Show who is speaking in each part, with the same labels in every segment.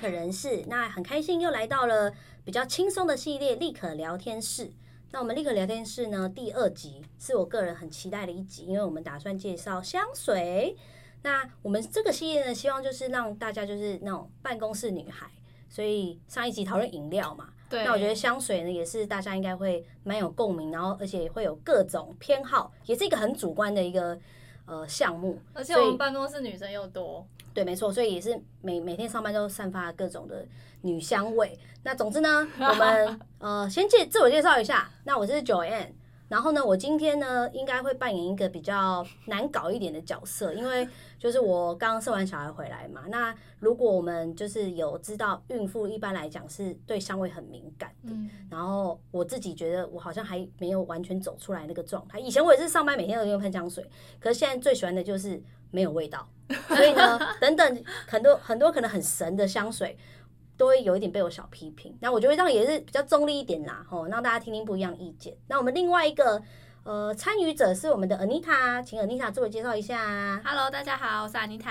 Speaker 1: 可人士。那很开心又来到了比较轻松的系列立可聊天室。那我们立可聊天室呢第二集是我个人很期待的一集，因为我们打算介绍香水。那我们这个系列呢，希望就是让大家就是那种办公室女孩，所以上一集讨论饮料嘛，
Speaker 2: 对，
Speaker 1: 那我觉得香水呢，也是大家应该会蛮有共鸣，然后而且会有各种偏好，也是一个很主观的一个呃项目。
Speaker 2: 而且
Speaker 1: 所以
Speaker 2: 我们办公室女生又多，
Speaker 1: 对，没错，所以也是每每天上班都散发各种的女香味。那总之呢，我们呃先介自我介绍一下，那我是 Joanne。然后呢，我今天呢应该会扮演一个比较难搞一点的角色，因为就是我刚刚生完小孩回来嘛。那如果我们就是有知道，孕妇一般来讲是对香味很敏感的，
Speaker 2: 嗯，
Speaker 1: 然后我自己觉得我好像还没有完全走出来那个状态。以前我也是上班每天都用喷香水，可是现在最喜欢的就是没有味道。所以呢，等等很多很多可能很神的香水，都会有一点被我小批评。那我就会让也是比较中立一点啦，吼，让大家听听不一样意见。那我们另外一个呃参与者是我们的 Anita，请 Anita 自我介绍一下。啊
Speaker 2: Hello，大家好，我是 Anita。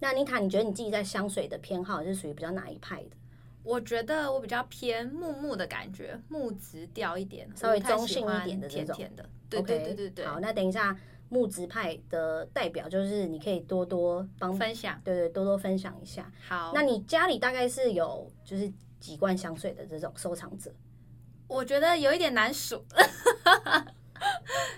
Speaker 1: 那 Anita，你觉得你自己在香水的偏好是属于比较哪一派的？
Speaker 2: 我觉得我比较偏木木的感觉，木质调一点，
Speaker 1: 稍微
Speaker 2: 我不太
Speaker 1: 中性
Speaker 2: 喜欢
Speaker 1: 一点的这
Speaker 2: 甜
Speaker 1: 种
Speaker 2: 甜的。对对对对对，
Speaker 1: 好，那等一下木质派的代表就是你可以多多帮，
Speaker 2: 分享
Speaker 1: 对对，多多分享一下。
Speaker 2: 好。
Speaker 1: 那你家里大概是有就是几罐香水的这种收藏者？
Speaker 2: 我觉得有一点难数，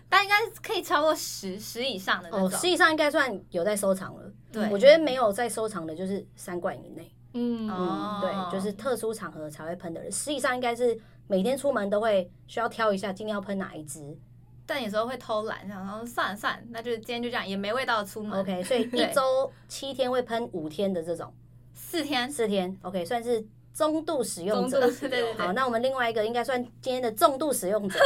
Speaker 2: 但应该可以超过十十以上的那
Speaker 1: 哦，
Speaker 2: 种。
Speaker 1: 实际上应该算有在收藏了。
Speaker 2: 对
Speaker 1: 我觉得没有在收藏的就是三罐以内。
Speaker 3: 嗯
Speaker 2: 哦
Speaker 1: 对，就是特殊场合才会喷的人。实际上应该是每天出门都会需要挑一下，今天要喷哪一支。
Speaker 2: 但有时候会偷懒，想说算了算了，那就今天就这样，也没味道出门。
Speaker 1: OK，所以一
Speaker 2: 嗯对
Speaker 1: 周七天会喷五天的这种，
Speaker 2: 四天
Speaker 1: 四天 OK 算是中度使用
Speaker 2: 工
Speaker 1: 者
Speaker 2: 作，。 对对对，
Speaker 1: 好，那我们另外一个应该算今天的重度使 用者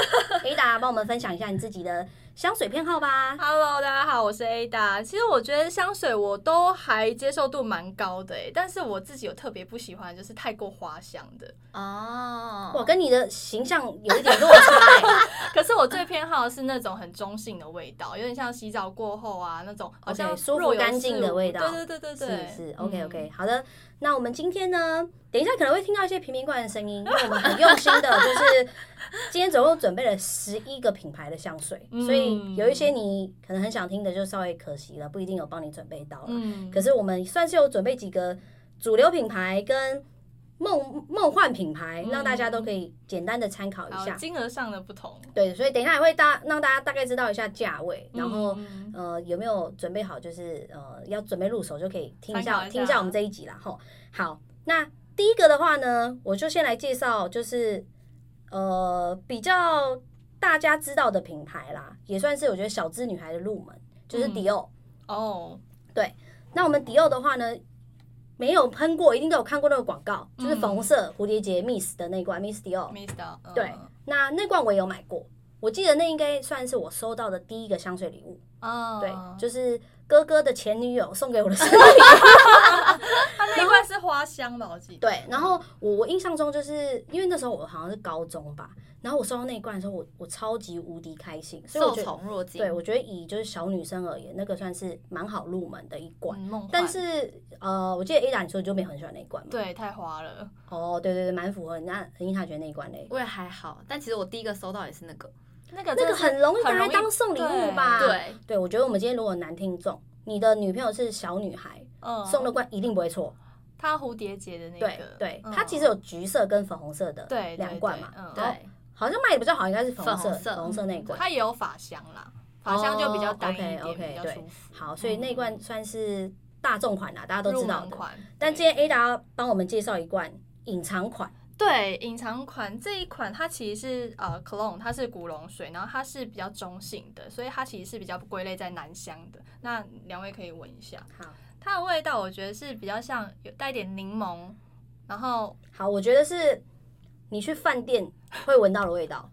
Speaker 1: ，Ada，帮我们分享一下你自己的香水偏好吧。
Speaker 3: Hello，大家好，我是 Ada。其实我觉得香水我都还接受度蛮高的、欸，但是我自己有特别不喜欢，就是太过花香的。
Speaker 2: 哦，
Speaker 1: 我跟你的形象有一点落差、欸，
Speaker 3: 可是我最偏好的是那种很中性的味道，有点像洗澡过后啊那种，好像
Speaker 1: OK，舒服
Speaker 3: 若有
Speaker 1: 干净的
Speaker 3: 似无
Speaker 1: 味道
Speaker 3: 对对对 对对，
Speaker 1: 是是，OK
Speaker 3: 嗯
Speaker 1: OK，、好的。那我们今天呢，等一下可能会听到一些瓶瓶罐的声音，因为我们很用心 的，就是今天总共准备了十一个品牌的香水，所以有一些
Speaker 3: 嗯
Speaker 1: 你可能很想听的，就稍微可惜了，不一定有帮你准备到了。
Speaker 3: 嗯
Speaker 1: 可是我们算是有准备几个主流品牌跟梦梦幻品牌，
Speaker 3: 嗯
Speaker 1: 让大家都可以简单的参考一
Speaker 3: 好
Speaker 1: 下。
Speaker 3: 金额上的不同，
Speaker 1: 对，所以等一下也会大让大家大概知道一下价位，然后
Speaker 3: 嗯
Speaker 1: 呃有没有准备好，就是呃要准备入手就可以听一
Speaker 3: 参考
Speaker 1: 下
Speaker 3: 一下
Speaker 1: 听一下我们这一集啦。吼，好，那第一个的话呢，我就先来介绍，就是呃比较大家知道的品牌啦，也算是我觉得小资女孩的入门，就是
Speaker 3: 嗯
Speaker 1: 迪奥。
Speaker 3: 哦，
Speaker 1: 那我们迪奥的话呢，没有喷过，一定都有看过那个广告，
Speaker 2: 嗯
Speaker 1: 就是粉红色蝴蝶结 Miss 的那一罐 Miss 迪奥。
Speaker 3: ，miss 到，嗯
Speaker 1: 对，那那罐我也有买过，我记得那应该算是我收到的第一个香水礼物，
Speaker 2: 嗯
Speaker 3: 哦，
Speaker 1: 对，就是哥哥的前女友送给我的生日 礼物。
Speaker 3: 它那一块是花香吧，我记得，
Speaker 1: 对，然后我我印象中就是因为那时候我好像是高中吧，然后我收到那一罐的时候，我我超级无敌开心，所以我
Speaker 2: 受
Speaker 1: 觉得，
Speaker 2: 宠若惊。
Speaker 1: 对我觉得以就是小女生而言，那个算是蛮好入门的一罐。
Speaker 3: 嗯，梦幻，
Speaker 1: 但是呃，我记得 Ada 你说你就没有很喜欢那一罐嘛？
Speaker 3: 对太花了，
Speaker 1: 哦，对对对，蛮符合人家林他觉得那一关嘞，
Speaker 2: 我也还好，但其实我第一个收到也是那个，
Speaker 3: 那个
Speaker 1: 那
Speaker 3: 真
Speaker 1: 个
Speaker 3: 的是
Speaker 1: 很容易拿
Speaker 3: 很
Speaker 1: 来
Speaker 3: 容易
Speaker 1: 当送礼物吧？
Speaker 3: 对
Speaker 2: 对，
Speaker 1: 对，我觉得我们今天如果男听众，你的女朋友是小女孩，
Speaker 3: 嗯
Speaker 1: 送的罐一定不会错。
Speaker 3: 它蝴蝶结的那
Speaker 1: 对
Speaker 3: 个，
Speaker 1: 对，
Speaker 3: 嗯
Speaker 1: 它其实有橘色跟粉红色的
Speaker 3: 对
Speaker 1: 两罐嘛，，
Speaker 3: 对嗯对
Speaker 2: 对，
Speaker 1: 好像卖的比较好，应该是粉红
Speaker 2: 粉
Speaker 1: 色
Speaker 2: 红色
Speaker 1: 粉红色那一
Speaker 3: 嗯
Speaker 1: 罐。
Speaker 3: 它也有法香啦，法香就比较单一一
Speaker 1: 哦
Speaker 3: 点，
Speaker 1: ，OK，OK，
Speaker 3: 比较
Speaker 1: 对
Speaker 3: 舒服，
Speaker 1: 好，所以那一罐算是大众款啦，大家都
Speaker 3: 入
Speaker 1: 知道
Speaker 3: 门
Speaker 1: 的。
Speaker 3: 款。
Speaker 1: 但
Speaker 3: 对
Speaker 1: 今天 Ada 帮我们介绍一罐隐藏款，
Speaker 3: 对隐藏款这一款，它其实是呃 cologne，它是古龙水，然后它是比较中性的，所以它其实是比较归类在男香的。那两位可以闻一下，
Speaker 1: 好。
Speaker 3: 它的味道我觉得是比较像有带一点柠檬，然后
Speaker 1: 好，我觉得是你去饭店会闻到的味 道，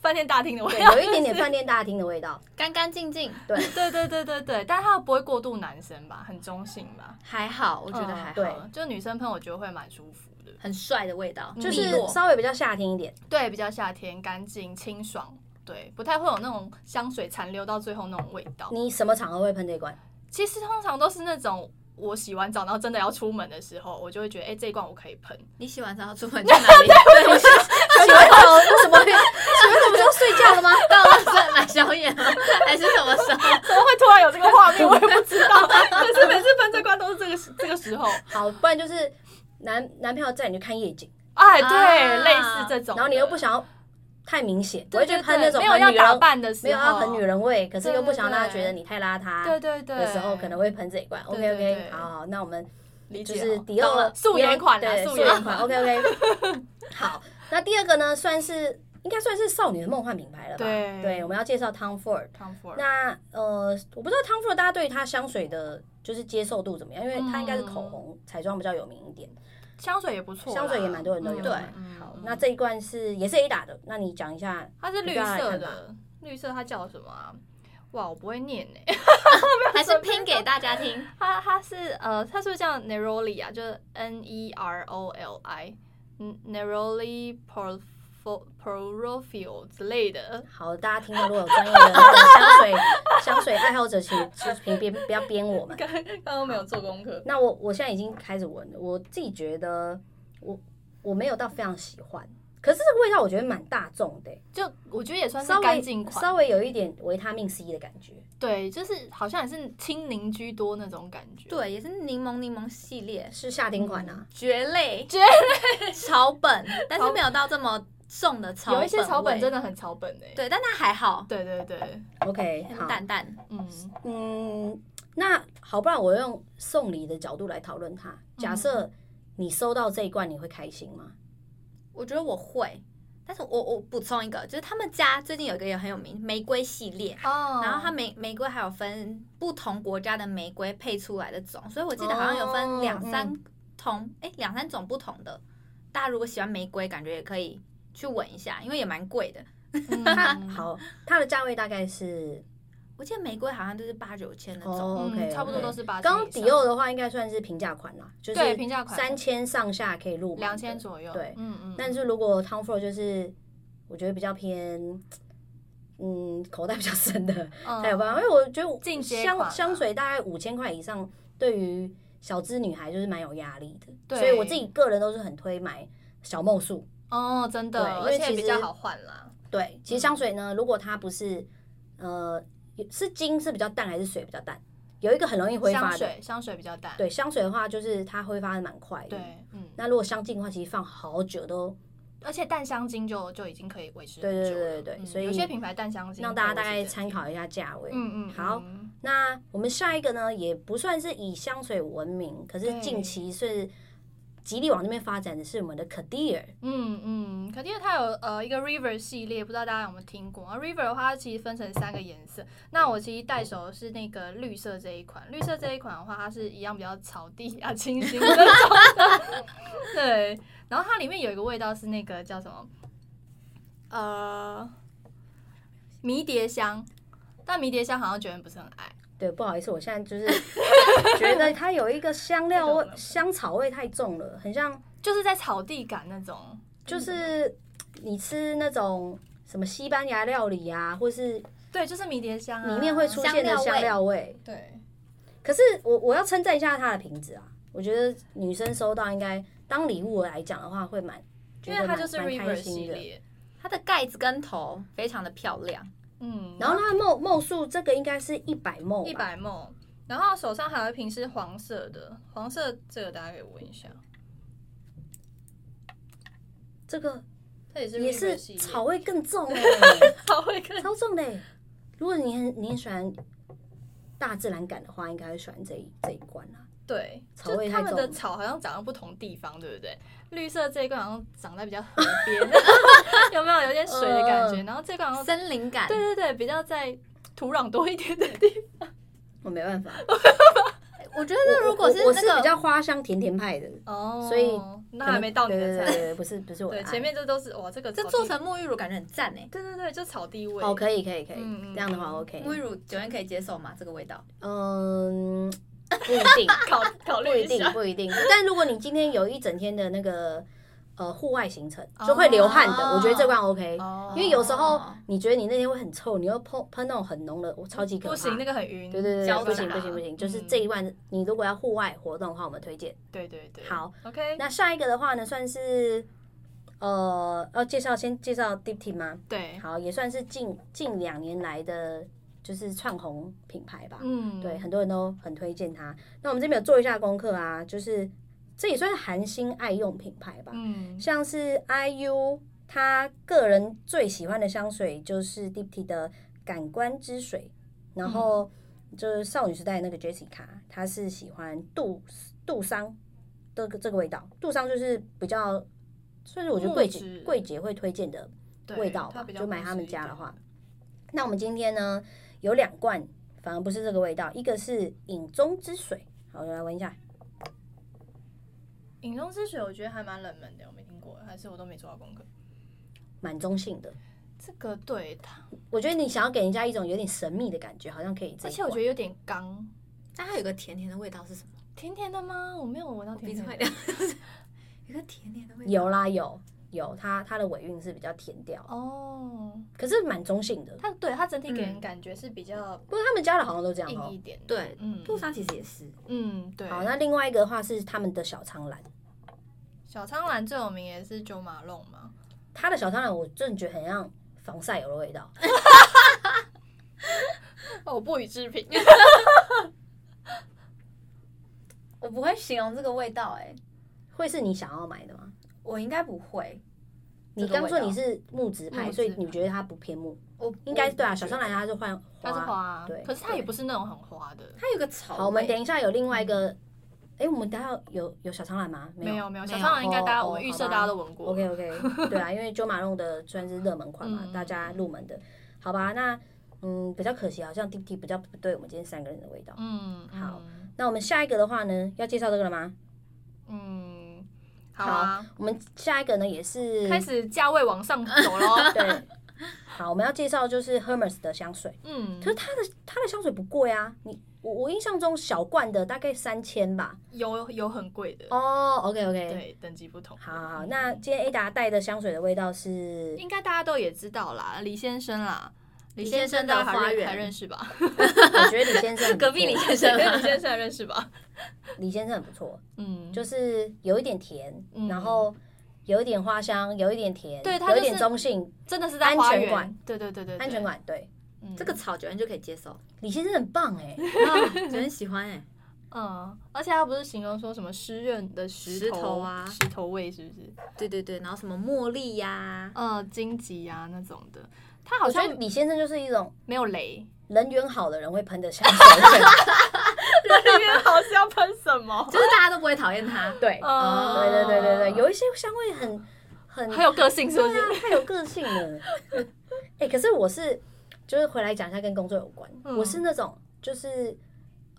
Speaker 3: 饭店大厅的味
Speaker 1: 对，
Speaker 3: 道，
Speaker 1: 有一点点饭店大厅的味道。
Speaker 2: 干干净净
Speaker 3: 对对对对对，但它不会过度男生吧，很中性吧，
Speaker 2: 还好，我觉得
Speaker 3: 嗯
Speaker 2: 还好，
Speaker 1: 哦对
Speaker 3: 就女生喷我觉得会蛮舒服的，
Speaker 2: 很帅的味道，
Speaker 3: 嗯
Speaker 1: 就是
Speaker 2: 利落
Speaker 1: 稍微比较夏天一点。
Speaker 3: 对，比较夏天干净清爽。对，不太会有那种香水残留到最后那种味道。
Speaker 1: 你什么场合会喷这一罐？
Speaker 3: 其实通常都是那种我洗完澡然后真的要出门的时候，我就会觉得，哎、这一罐我可以 喷。
Speaker 2: 你洗完澡要出门去哪里？对，我
Speaker 3: 哎
Speaker 1: 洗完澡
Speaker 3: 啊
Speaker 1: 为 什么会？洗完澡不是要睡觉了吗？
Speaker 2: 到了是买宵夜吗？还是什么时候？
Speaker 3: 怎么会突然有这个画面？我也不知 道。但是每次喷这罐都是这个时这个时候。
Speaker 1: 好，不然就是男男朋友载你去看夜景，
Speaker 3: 哎，对，
Speaker 2: 啊
Speaker 3: 类似这种的。
Speaker 1: 然后你又不想要太明显，我
Speaker 3: 对，
Speaker 1: 会
Speaker 3: 对
Speaker 1: 觉得
Speaker 3: 对
Speaker 1: 喷那种
Speaker 3: 没有
Speaker 1: 很
Speaker 3: 要
Speaker 1: 女人
Speaker 3: 打扮的时候，
Speaker 1: 没有要很女。人味，可是又不想让他
Speaker 3: 对对对
Speaker 1: 觉得你太邋遢
Speaker 3: 对对对。
Speaker 1: 的时候，可能会喷这一罐。
Speaker 3: 对
Speaker 1: OK
Speaker 3: 对
Speaker 1: OK，
Speaker 3: 对
Speaker 1: 好，好那我们
Speaker 3: 理
Speaker 1: 就
Speaker 3: 解
Speaker 1: 是
Speaker 3: 哦
Speaker 1: 迪
Speaker 3: 懂
Speaker 1: 奥
Speaker 3: 了素颜款啦，
Speaker 1: 对
Speaker 3: 素
Speaker 1: 素
Speaker 3: 颜
Speaker 1: 颜款。。
Speaker 3: 款
Speaker 1: OK OK，好， 那第二个呢，算是应该算是少女的梦幻品牌了吧？
Speaker 3: 对
Speaker 1: 对，我们要介绍 Tom Ford。
Speaker 3: Tom Ford
Speaker 1: 那呃，我不知道 Tom Ford 大家对于它香水的，就是接受度怎么样？因为它应该是口
Speaker 3: 嗯
Speaker 1: 红、彩妆比较有名一点，
Speaker 3: 香水也不错啦，
Speaker 1: 香水也蛮多人都有
Speaker 3: 嗯
Speaker 2: 对
Speaker 3: 嗯
Speaker 1: 好
Speaker 3: 嗯，
Speaker 1: 那这一罐是也是 A 打的，那你讲一下
Speaker 3: 它是绿
Speaker 1: 大家来
Speaker 3: 色
Speaker 1: 看
Speaker 3: 的，绿色它叫什么啊？哇，我不会念 呢。
Speaker 2: 还是拼给大家听？
Speaker 3: 它它是呃，它是不是叫 Neroli 啊？就是 N E R O L I，嗯，Neroli Pro Profil 之类的。
Speaker 1: 好，大家听到如果有专业的香水香水爱好者，请请请别不要编我们。
Speaker 3: 刚刚刚没有做功课，
Speaker 1: 那我我现在已经开始闻了，我自己觉得我我没有到非常喜欢，可是这个味道我觉得蛮大众的、欸
Speaker 3: 就我觉得也算是
Speaker 1: 稍
Speaker 3: 干净
Speaker 1: 微
Speaker 3: 款，
Speaker 1: 稍微有一点维他命 C 的感觉。
Speaker 3: 对，就是好像也是青柠居多那种感觉。，
Speaker 2: 对，也是柠檬柠檬系列，
Speaker 1: 是夏天款啊，
Speaker 2: 蕨类，
Speaker 3: 蕨
Speaker 2: 类草本，但是没有到这么重的草本
Speaker 3: 有
Speaker 2: 味，
Speaker 3: 一些草本真的很草本诶、
Speaker 2: 对，但它还好，
Speaker 3: 对对对，
Speaker 1: OK，好
Speaker 2: 很，淡淡。
Speaker 3: 嗯，
Speaker 1: 嗯，那好，不然我用送礼的角度来讨论它。
Speaker 3: 嗯
Speaker 1: 假设你收到这一罐，你会开心吗？
Speaker 2: 我觉得我会，但是我我补充一个，就是他们家最近有一个也很有名，玫瑰系列。
Speaker 3: 哦
Speaker 2: 然后它玫玫瑰还有分不同国家的玫瑰配出来的种，所以我记得好像有
Speaker 1: 哦
Speaker 2: 分两三同哎两、三种不同的。大家如果喜欢玫瑰，感觉也可以去闻一下，因为也蛮贵的。
Speaker 1: 它
Speaker 3: 嗯
Speaker 1: 好，它的价位大概是
Speaker 2: 我记得玫瑰好像都是八九千那种。
Speaker 1: 哦，OK，
Speaker 3: 嗯差不多都是八千以上。
Speaker 1: 刚刚迪奥的话，应该算是平价款啦，就是
Speaker 3: 对平价款
Speaker 1: 三千上下可以入门的
Speaker 3: 两千。左右，
Speaker 1: 对
Speaker 3: 嗯嗯，
Speaker 1: 但是如果 Tom Ford 就是，我觉得比较偏，嗯，口袋比较深的
Speaker 3: 嗯
Speaker 1: 才有办法，因为我觉得
Speaker 3: 进阶款
Speaker 1: 香
Speaker 3: 啦
Speaker 1: 香水大概五千块以上，对于小资女孩就是蛮有压力的，
Speaker 3: 对
Speaker 1: 所以我自己个人都是很推买小梦数。
Speaker 3: 哦，真的，
Speaker 1: 对因
Speaker 3: 而
Speaker 1: 为
Speaker 3: 且
Speaker 1: 其
Speaker 3: 比
Speaker 1: 实
Speaker 3: 较好换啦。
Speaker 1: 对，其实香水呢，如果它不是呃是精是比较淡还是水比较淡，有一个很容易挥
Speaker 3: 香
Speaker 1: 发的。
Speaker 3: 水香水比较淡，
Speaker 1: 对香水的话，就是它挥发的蛮快的。
Speaker 3: 对，嗯，
Speaker 1: 那如果香精的话，其实放好久都
Speaker 3: 而且淡香精就就已经可以维持很
Speaker 1: 对对
Speaker 3: 久
Speaker 1: 对对
Speaker 3: 了
Speaker 1: 对
Speaker 3: 嗯
Speaker 1: 所以
Speaker 3: 有些品牌淡香精
Speaker 1: 让大家
Speaker 3: 可
Speaker 1: 大
Speaker 3: 以
Speaker 1: 概
Speaker 3: 维持
Speaker 1: 参考一下价位。
Speaker 3: 很久，嗯嗯，
Speaker 1: 好
Speaker 3: 嗯
Speaker 1: 那我们下一个呢，也不算是以香水闻名，可是
Speaker 3: 对
Speaker 1: 近期是吉利往那边发展的是我们的 c a d i r
Speaker 3: 嗯嗯，可因为它有呃一个 River 系列，不知道大家有没有听过啊？River 的话，它其实分成三个颜色。那我其实带手的是那个绿色这一款，绿色这一款的话，它是一样比较草地啊、清新的那种的。对，然后它里面有一个味道是那个叫什么？呃，迷迭香，但迷迭香好像觉得不是很爱。
Speaker 1: 对，不好意思，我现在就是 觉得它有一个香料味、香草味太重了，很像
Speaker 3: 就是在草地感那种，
Speaker 1: 就是你吃那种什么西班牙料理啊，或是
Speaker 3: 对，就是迷迭香、啊、
Speaker 1: 里面会出现的香
Speaker 2: 香
Speaker 1: 料味。
Speaker 3: 对，
Speaker 1: 可是我我要称赞一下它的瓶子啊，我觉得女生收到应该当礼物来讲的话会蛮，觉
Speaker 3: 因
Speaker 1: 得
Speaker 3: 为它
Speaker 1: 蛮
Speaker 3: 就是
Speaker 1: 蛮开
Speaker 3: River
Speaker 1: 心
Speaker 3: 系
Speaker 1: 的。
Speaker 3: 列，
Speaker 2: 它的盖子跟头非常的漂亮，
Speaker 3: 嗯，
Speaker 1: 然后它的梦梦数这个应该是一百梦，
Speaker 3: 一百梦，然后手上还有一瓶是黄色的，黄色这个大家可以闻一下，
Speaker 1: 这个
Speaker 3: 它也是
Speaker 1: 也
Speaker 3: River
Speaker 1: 是
Speaker 3: 系列
Speaker 1: 草味更重哎、
Speaker 3: 草味 跟
Speaker 1: 超重的欸。如果你很你很喜欢大自然感的话，应该会喜欢这一这一罐啊啦。
Speaker 3: 对，
Speaker 1: 草
Speaker 3: 就
Speaker 1: 味
Speaker 3: 它
Speaker 1: 太
Speaker 3: 们
Speaker 1: 重
Speaker 3: 的
Speaker 1: 了
Speaker 3: 草好像长在不同地方，对不对？绿色这一罐好像长在比 较河边， 有没有有点水的感
Speaker 1: 嗯
Speaker 3: 觉？然后这罐好像
Speaker 2: 森林感。
Speaker 3: 对对对，比较在土壤多一点的地方，
Speaker 1: 我没办法，
Speaker 2: 我觉得如果是
Speaker 1: 我我我
Speaker 2: 那
Speaker 1: 是比
Speaker 2: 个，
Speaker 1: 较花香甜甜派的，
Speaker 3: 哦
Speaker 1: 所以
Speaker 3: 那还没到你的
Speaker 1: 对对对
Speaker 3: 菜，
Speaker 1: 对不是不是我的
Speaker 3: 对，
Speaker 1: 爱
Speaker 3: 前面这都是哇，这个
Speaker 2: 这
Speaker 3: 草
Speaker 2: 做
Speaker 3: 地
Speaker 2: 成沐浴乳感觉很赞哎。
Speaker 3: 对对对，就草地味。
Speaker 1: 哦，可以可以可以，
Speaker 3: 嗯嗯
Speaker 1: 这样的话
Speaker 3: 嗯
Speaker 1: OK，
Speaker 2: 沐浴乳九天可以接受吗？这个味道？
Speaker 1: 嗯，不一定
Speaker 3: 考考
Speaker 1: 不
Speaker 3: 虑
Speaker 1: 一
Speaker 3: 一
Speaker 1: 定
Speaker 3: 下。
Speaker 1: 不一定，但如果你今天有一整天的那个呃户外行程
Speaker 3: 哦，
Speaker 1: 就会流汗的，我觉得这罐 OK。
Speaker 3: 哦
Speaker 1: 因为有时候你觉得你那天会很臭，你又喷喷那种很浓的，我超级可怕。
Speaker 3: 不行，那个很晕。
Speaker 1: 对对对
Speaker 2: 胶
Speaker 1: 对，
Speaker 2: 的
Speaker 1: 不行
Speaker 2: 啦
Speaker 1: 不行不行，就是
Speaker 3: 嗯
Speaker 1: 这一罐，你如果要户外活动的话，我们推荐。
Speaker 3: 对对对。
Speaker 1: 好，
Speaker 3: ，OK，
Speaker 1: 那下一个的话呢，算是呃要介绍先介绍 Deep Tea 吗？
Speaker 3: 对，
Speaker 1: 好，也算是近近两年来的就是窜红品牌吧。
Speaker 3: 嗯，
Speaker 1: 对，很多人都很推荐它。那我们这边有做一下功课啊，就是这也算是韩星爱用品牌吧，
Speaker 3: 嗯，
Speaker 1: 像是 IU，他个人最喜欢的香水就是 Deep Tea 的感官之水，
Speaker 3: 嗯
Speaker 1: 然后就是少女时代那个 Jessica，她是喜欢杜杜桑的这个味道，杜桑就是比较，算是我觉得柜
Speaker 3: 木
Speaker 1: 姐
Speaker 3: 质
Speaker 1: 柜姐会推荐的
Speaker 3: 对
Speaker 1: 味道
Speaker 3: 它
Speaker 1: 吧，
Speaker 3: 比较
Speaker 1: 就买
Speaker 3: 木
Speaker 1: 他
Speaker 3: 质
Speaker 1: 们
Speaker 3: 一
Speaker 1: 家的
Speaker 3: 点
Speaker 1: 话。那我们今天呢有两罐，反而不是这个味道，一个是饮中之水，好，我来闻一下，
Speaker 3: 饮中之水，我觉得还蛮冷门的，我没听过，还是我都没做到功课。
Speaker 1: 蛮中性的。
Speaker 3: 这个对它，
Speaker 1: 我觉得你想要给人家一种有点神秘的感觉，好像可以这
Speaker 3: 而
Speaker 1: 一
Speaker 3: 且我
Speaker 1: 罐。
Speaker 3: 觉得有点刚，
Speaker 2: 但它有个甜甜的味道是什么？
Speaker 3: 甜甜的吗？我没有闻到
Speaker 2: 我
Speaker 3: 甜
Speaker 2: 鼻子
Speaker 3: 甜
Speaker 2: 坏
Speaker 3: 的。
Speaker 2: 掉， 有个甜甜的味道。
Speaker 1: 有啦，有有，它它的尾韵是比较甜调，
Speaker 3: 哦，
Speaker 1: 可是蛮中性的。
Speaker 3: 它对它整体给人
Speaker 2: 嗯
Speaker 3: 感觉是比较
Speaker 1: 不过他们家的好像都这样
Speaker 3: 硬
Speaker 1: 哦
Speaker 3: 一。点。，
Speaker 2: 对，
Speaker 3: 嗯，
Speaker 2: 杜莎其实也是，
Speaker 3: 嗯，对。
Speaker 1: 好，那另外一个的话是他们的小苍兰，
Speaker 3: 小苍兰最有名也是九马龙嘛，
Speaker 1: 它的小苍兰我真的觉得很像防晒油的味道，
Speaker 3: 哦我不予置评。
Speaker 2: 我不会形容这个味道、哎，
Speaker 1: 会是你想要买的吗？
Speaker 2: 我应该不会。
Speaker 1: 你
Speaker 2: 这个
Speaker 1: 刚
Speaker 2: 味
Speaker 1: 说
Speaker 2: 道
Speaker 1: 你是木质
Speaker 3: 木
Speaker 1: 派，
Speaker 3: 质
Speaker 1: 所以
Speaker 3: 派
Speaker 1: 你觉得它不偏木，
Speaker 2: 我
Speaker 1: 应该对啊。
Speaker 2: 我
Speaker 1: 小苍兰它是换
Speaker 3: 它是花啊，
Speaker 1: 对
Speaker 3: 可是它也不是那种很花的。
Speaker 2: 它有个草味。
Speaker 1: 好，我们等一下有另外一个，哎，我们等一下有有小苍兰吗？
Speaker 3: 没
Speaker 1: 有。
Speaker 3: 有没有，
Speaker 2: 没
Speaker 3: 小
Speaker 2: 有
Speaker 3: 苍兰应该大家
Speaker 1: 哦
Speaker 3: 我们
Speaker 1: 哦
Speaker 3: 预
Speaker 1: 好
Speaker 3: 设
Speaker 1: 吧
Speaker 3: 大家都闻过。
Speaker 1: OK OK，对啊，因为九马弄的算是热门款嘛，
Speaker 3: 嗯
Speaker 1: 大家入门的，好吧？那嗯，比较可惜，好像 Deep Tea 比较不对我们今天三个人的味道。
Speaker 3: 嗯，
Speaker 1: 好
Speaker 3: 嗯，
Speaker 1: 那我们下一个的话呢，要介绍这个了吗？
Speaker 3: 嗯，好啊，
Speaker 1: 我们下一个呢也是。
Speaker 3: 开始价位往上走喽
Speaker 1: 对，好，我们要介绍就是 Hermes 的香水，
Speaker 3: 嗯
Speaker 1: 可，是它的它的香水不贵啊，你我我印象中小罐的大概三千吧。
Speaker 3: 有有很贵的，
Speaker 1: 哦，OK OK，
Speaker 3: 对，等级不同。嗯
Speaker 1: 好好，好，那今天 Ada 带的香水的味道 是
Speaker 3: 应该大家都也知道啦，李先生啦，
Speaker 2: 李
Speaker 3: 李先
Speaker 2: 先
Speaker 3: 生
Speaker 2: 生的
Speaker 3: 大家
Speaker 2: 花
Speaker 3: 还认
Speaker 2: 园
Speaker 3: 还认识吧？
Speaker 1: 我觉得李先生很不错
Speaker 2: 隔壁李先生
Speaker 3: 李先生还认识吧？
Speaker 1: 李先生很不错，
Speaker 3: 嗯，
Speaker 1: 就是有一点甜，
Speaker 3: 嗯
Speaker 1: 然后有一点花香，有一点甜，
Speaker 3: 对它
Speaker 1: 有
Speaker 3: 就
Speaker 1: 一点
Speaker 3: 是
Speaker 1: 中性，
Speaker 3: 真的是在花
Speaker 1: 安全
Speaker 3: 园
Speaker 1: 馆，
Speaker 3: 对对对对，对
Speaker 1: 安全，感。对，
Speaker 3: 嗯
Speaker 2: 这个草九人就可以接 受，
Speaker 1: 李先生很棒哎、
Speaker 2: 九人喜欢哎、
Speaker 3: 嗯，而且他不是形容说什么湿润的石
Speaker 2: 石头啊
Speaker 3: 石头味是不是？
Speaker 2: 对对对，然后什么茉莉呀、
Speaker 3: 嗯，荆棘啊那种的，他好
Speaker 1: 我觉
Speaker 3: 像
Speaker 1: 得李先生就是一种
Speaker 3: 没有雷。
Speaker 1: 人缘好的人会喷的香水味。
Speaker 3: 这边好是要喷什么？
Speaker 2: 就是大家都不会讨厌 它。
Speaker 1: 对，
Speaker 3: 哦
Speaker 1: 对对对对对，有一些香味很很
Speaker 3: 很有个性是不
Speaker 1: 对
Speaker 3: 是？
Speaker 1: 啊，太有个性了。 哎、可是我是就是回来讲一下跟工作有关，
Speaker 3: 嗯
Speaker 1: 我是那种就是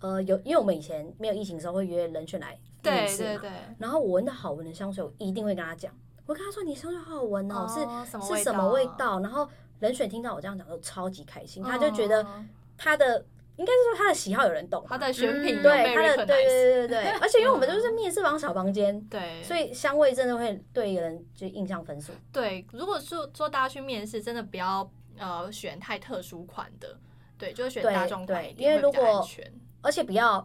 Speaker 1: 呃有，因为我们以前没有疫情的时候会约人选来面
Speaker 3: 对
Speaker 1: 试嘛
Speaker 3: 对对，
Speaker 1: 然后我闻到好闻的香水，我一定会跟他讲，我跟他说你香水好好闻哦，是
Speaker 3: 哦什
Speaker 1: 是什么味？道？然后人选听到我这样讲，都超级开心，他就觉得
Speaker 3: 嗯
Speaker 1: 他的应该是说他的喜好有人懂嘛，
Speaker 3: 他的选品
Speaker 2: 嗯
Speaker 3: 有
Speaker 1: 对
Speaker 3: 被嗯
Speaker 1: 他的对
Speaker 3: recognize
Speaker 1: 对对对对， 而且因为我们就是面试房小房间，
Speaker 3: 对，
Speaker 1: 所
Speaker 3: 以
Speaker 1: 以香味真的会对一个人就印象分数。
Speaker 3: 对，如果说说大家去面试，真的不要呃选太特殊款的，对，就选
Speaker 1: 对
Speaker 3: 大众款
Speaker 1: 对
Speaker 3: 一点，
Speaker 1: 因为
Speaker 3: 会比较
Speaker 1: 如果
Speaker 3: 安全
Speaker 1: 而且不要，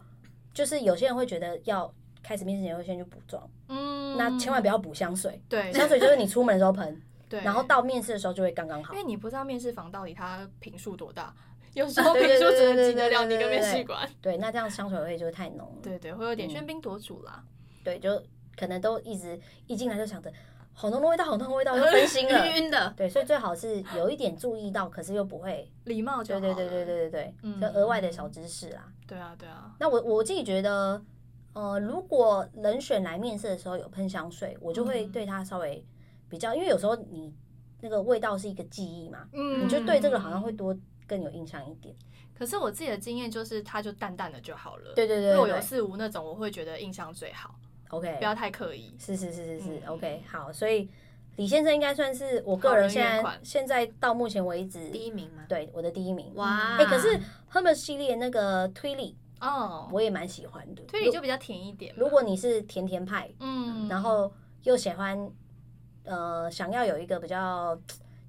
Speaker 1: 就是有些人会觉得要开始面试前会先去补妆，
Speaker 3: 嗯，
Speaker 1: 那千万不要补香水，
Speaker 3: 对
Speaker 1: 香水就是你出门的时候喷，
Speaker 3: 对，
Speaker 1: 然后到面试的时候就会刚刚好
Speaker 3: 因。为你不知道面试房到底它平数多大，有 时候
Speaker 1: 对
Speaker 3: 平
Speaker 1: 对
Speaker 3: 数
Speaker 1: 对
Speaker 3: 只能
Speaker 1: 对
Speaker 3: 挤得
Speaker 1: 对对
Speaker 3: 了你
Speaker 1: 对
Speaker 3: 跟
Speaker 1: 对
Speaker 3: 面试
Speaker 1: 对
Speaker 3: 官，
Speaker 1: 对，那这样香水味就会太浓了。
Speaker 3: 对对，会有点
Speaker 1: 嗯
Speaker 3: 喧宾夺主啦。
Speaker 1: 对，就可能都一直一进来就想着好浓的味道，好浓的味道，就分心
Speaker 2: 晕
Speaker 1: 了。
Speaker 2: 晕的，
Speaker 1: 对，所以最好是有一点注意到，可是又不会。
Speaker 3: 礼貌就
Speaker 1: 对
Speaker 3: 好
Speaker 1: 对对对
Speaker 3: 了
Speaker 1: 对对对，
Speaker 3: 嗯
Speaker 1: 就额外的小知识啦。
Speaker 3: 对啊对啊，
Speaker 1: 那我我自己觉得，呃，如果人选来面试的时候有喷香水，我就会
Speaker 3: 嗯
Speaker 1: 对它稍微比较，因为有时候你那个味道是一个记忆嘛，
Speaker 3: 嗯
Speaker 1: 你就对这个好像会多更有印象一点。
Speaker 3: 可是我自己的经验就是，它就淡淡的就好了。
Speaker 1: 对对对
Speaker 3: 若
Speaker 1: 对
Speaker 3: 有
Speaker 1: 对
Speaker 3: 似无那种，我会觉得印象最好，
Speaker 1: ，OK，
Speaker 3: 不要太刻意。
Speaker 1: 是是是是是、
Speaker 3: 嗯
Speaker 1: o k 好，所以李先生应该算是我个人现
Speaker 3: 好人缘
Speaker 1: 在
Speaker 3: 款
Speaker 1: 现在到目前为止
Speaker 2: 第一名吗？
Speaker 1: 对我的第一名。
Speaker 2: 哇！
Speaker 1: 哎、可是 Hermes 系列那个推理
Speaker 3: 哦，
Speaker 1: 我也蛮喜欢的，
Speaker 3: 推理就比较甜一点嘛。
Speaker 1: 如如果你是甜甜派，
Speaker 3: 嗯，
Speaker 1: 然后又喜欢呃想要有一个比较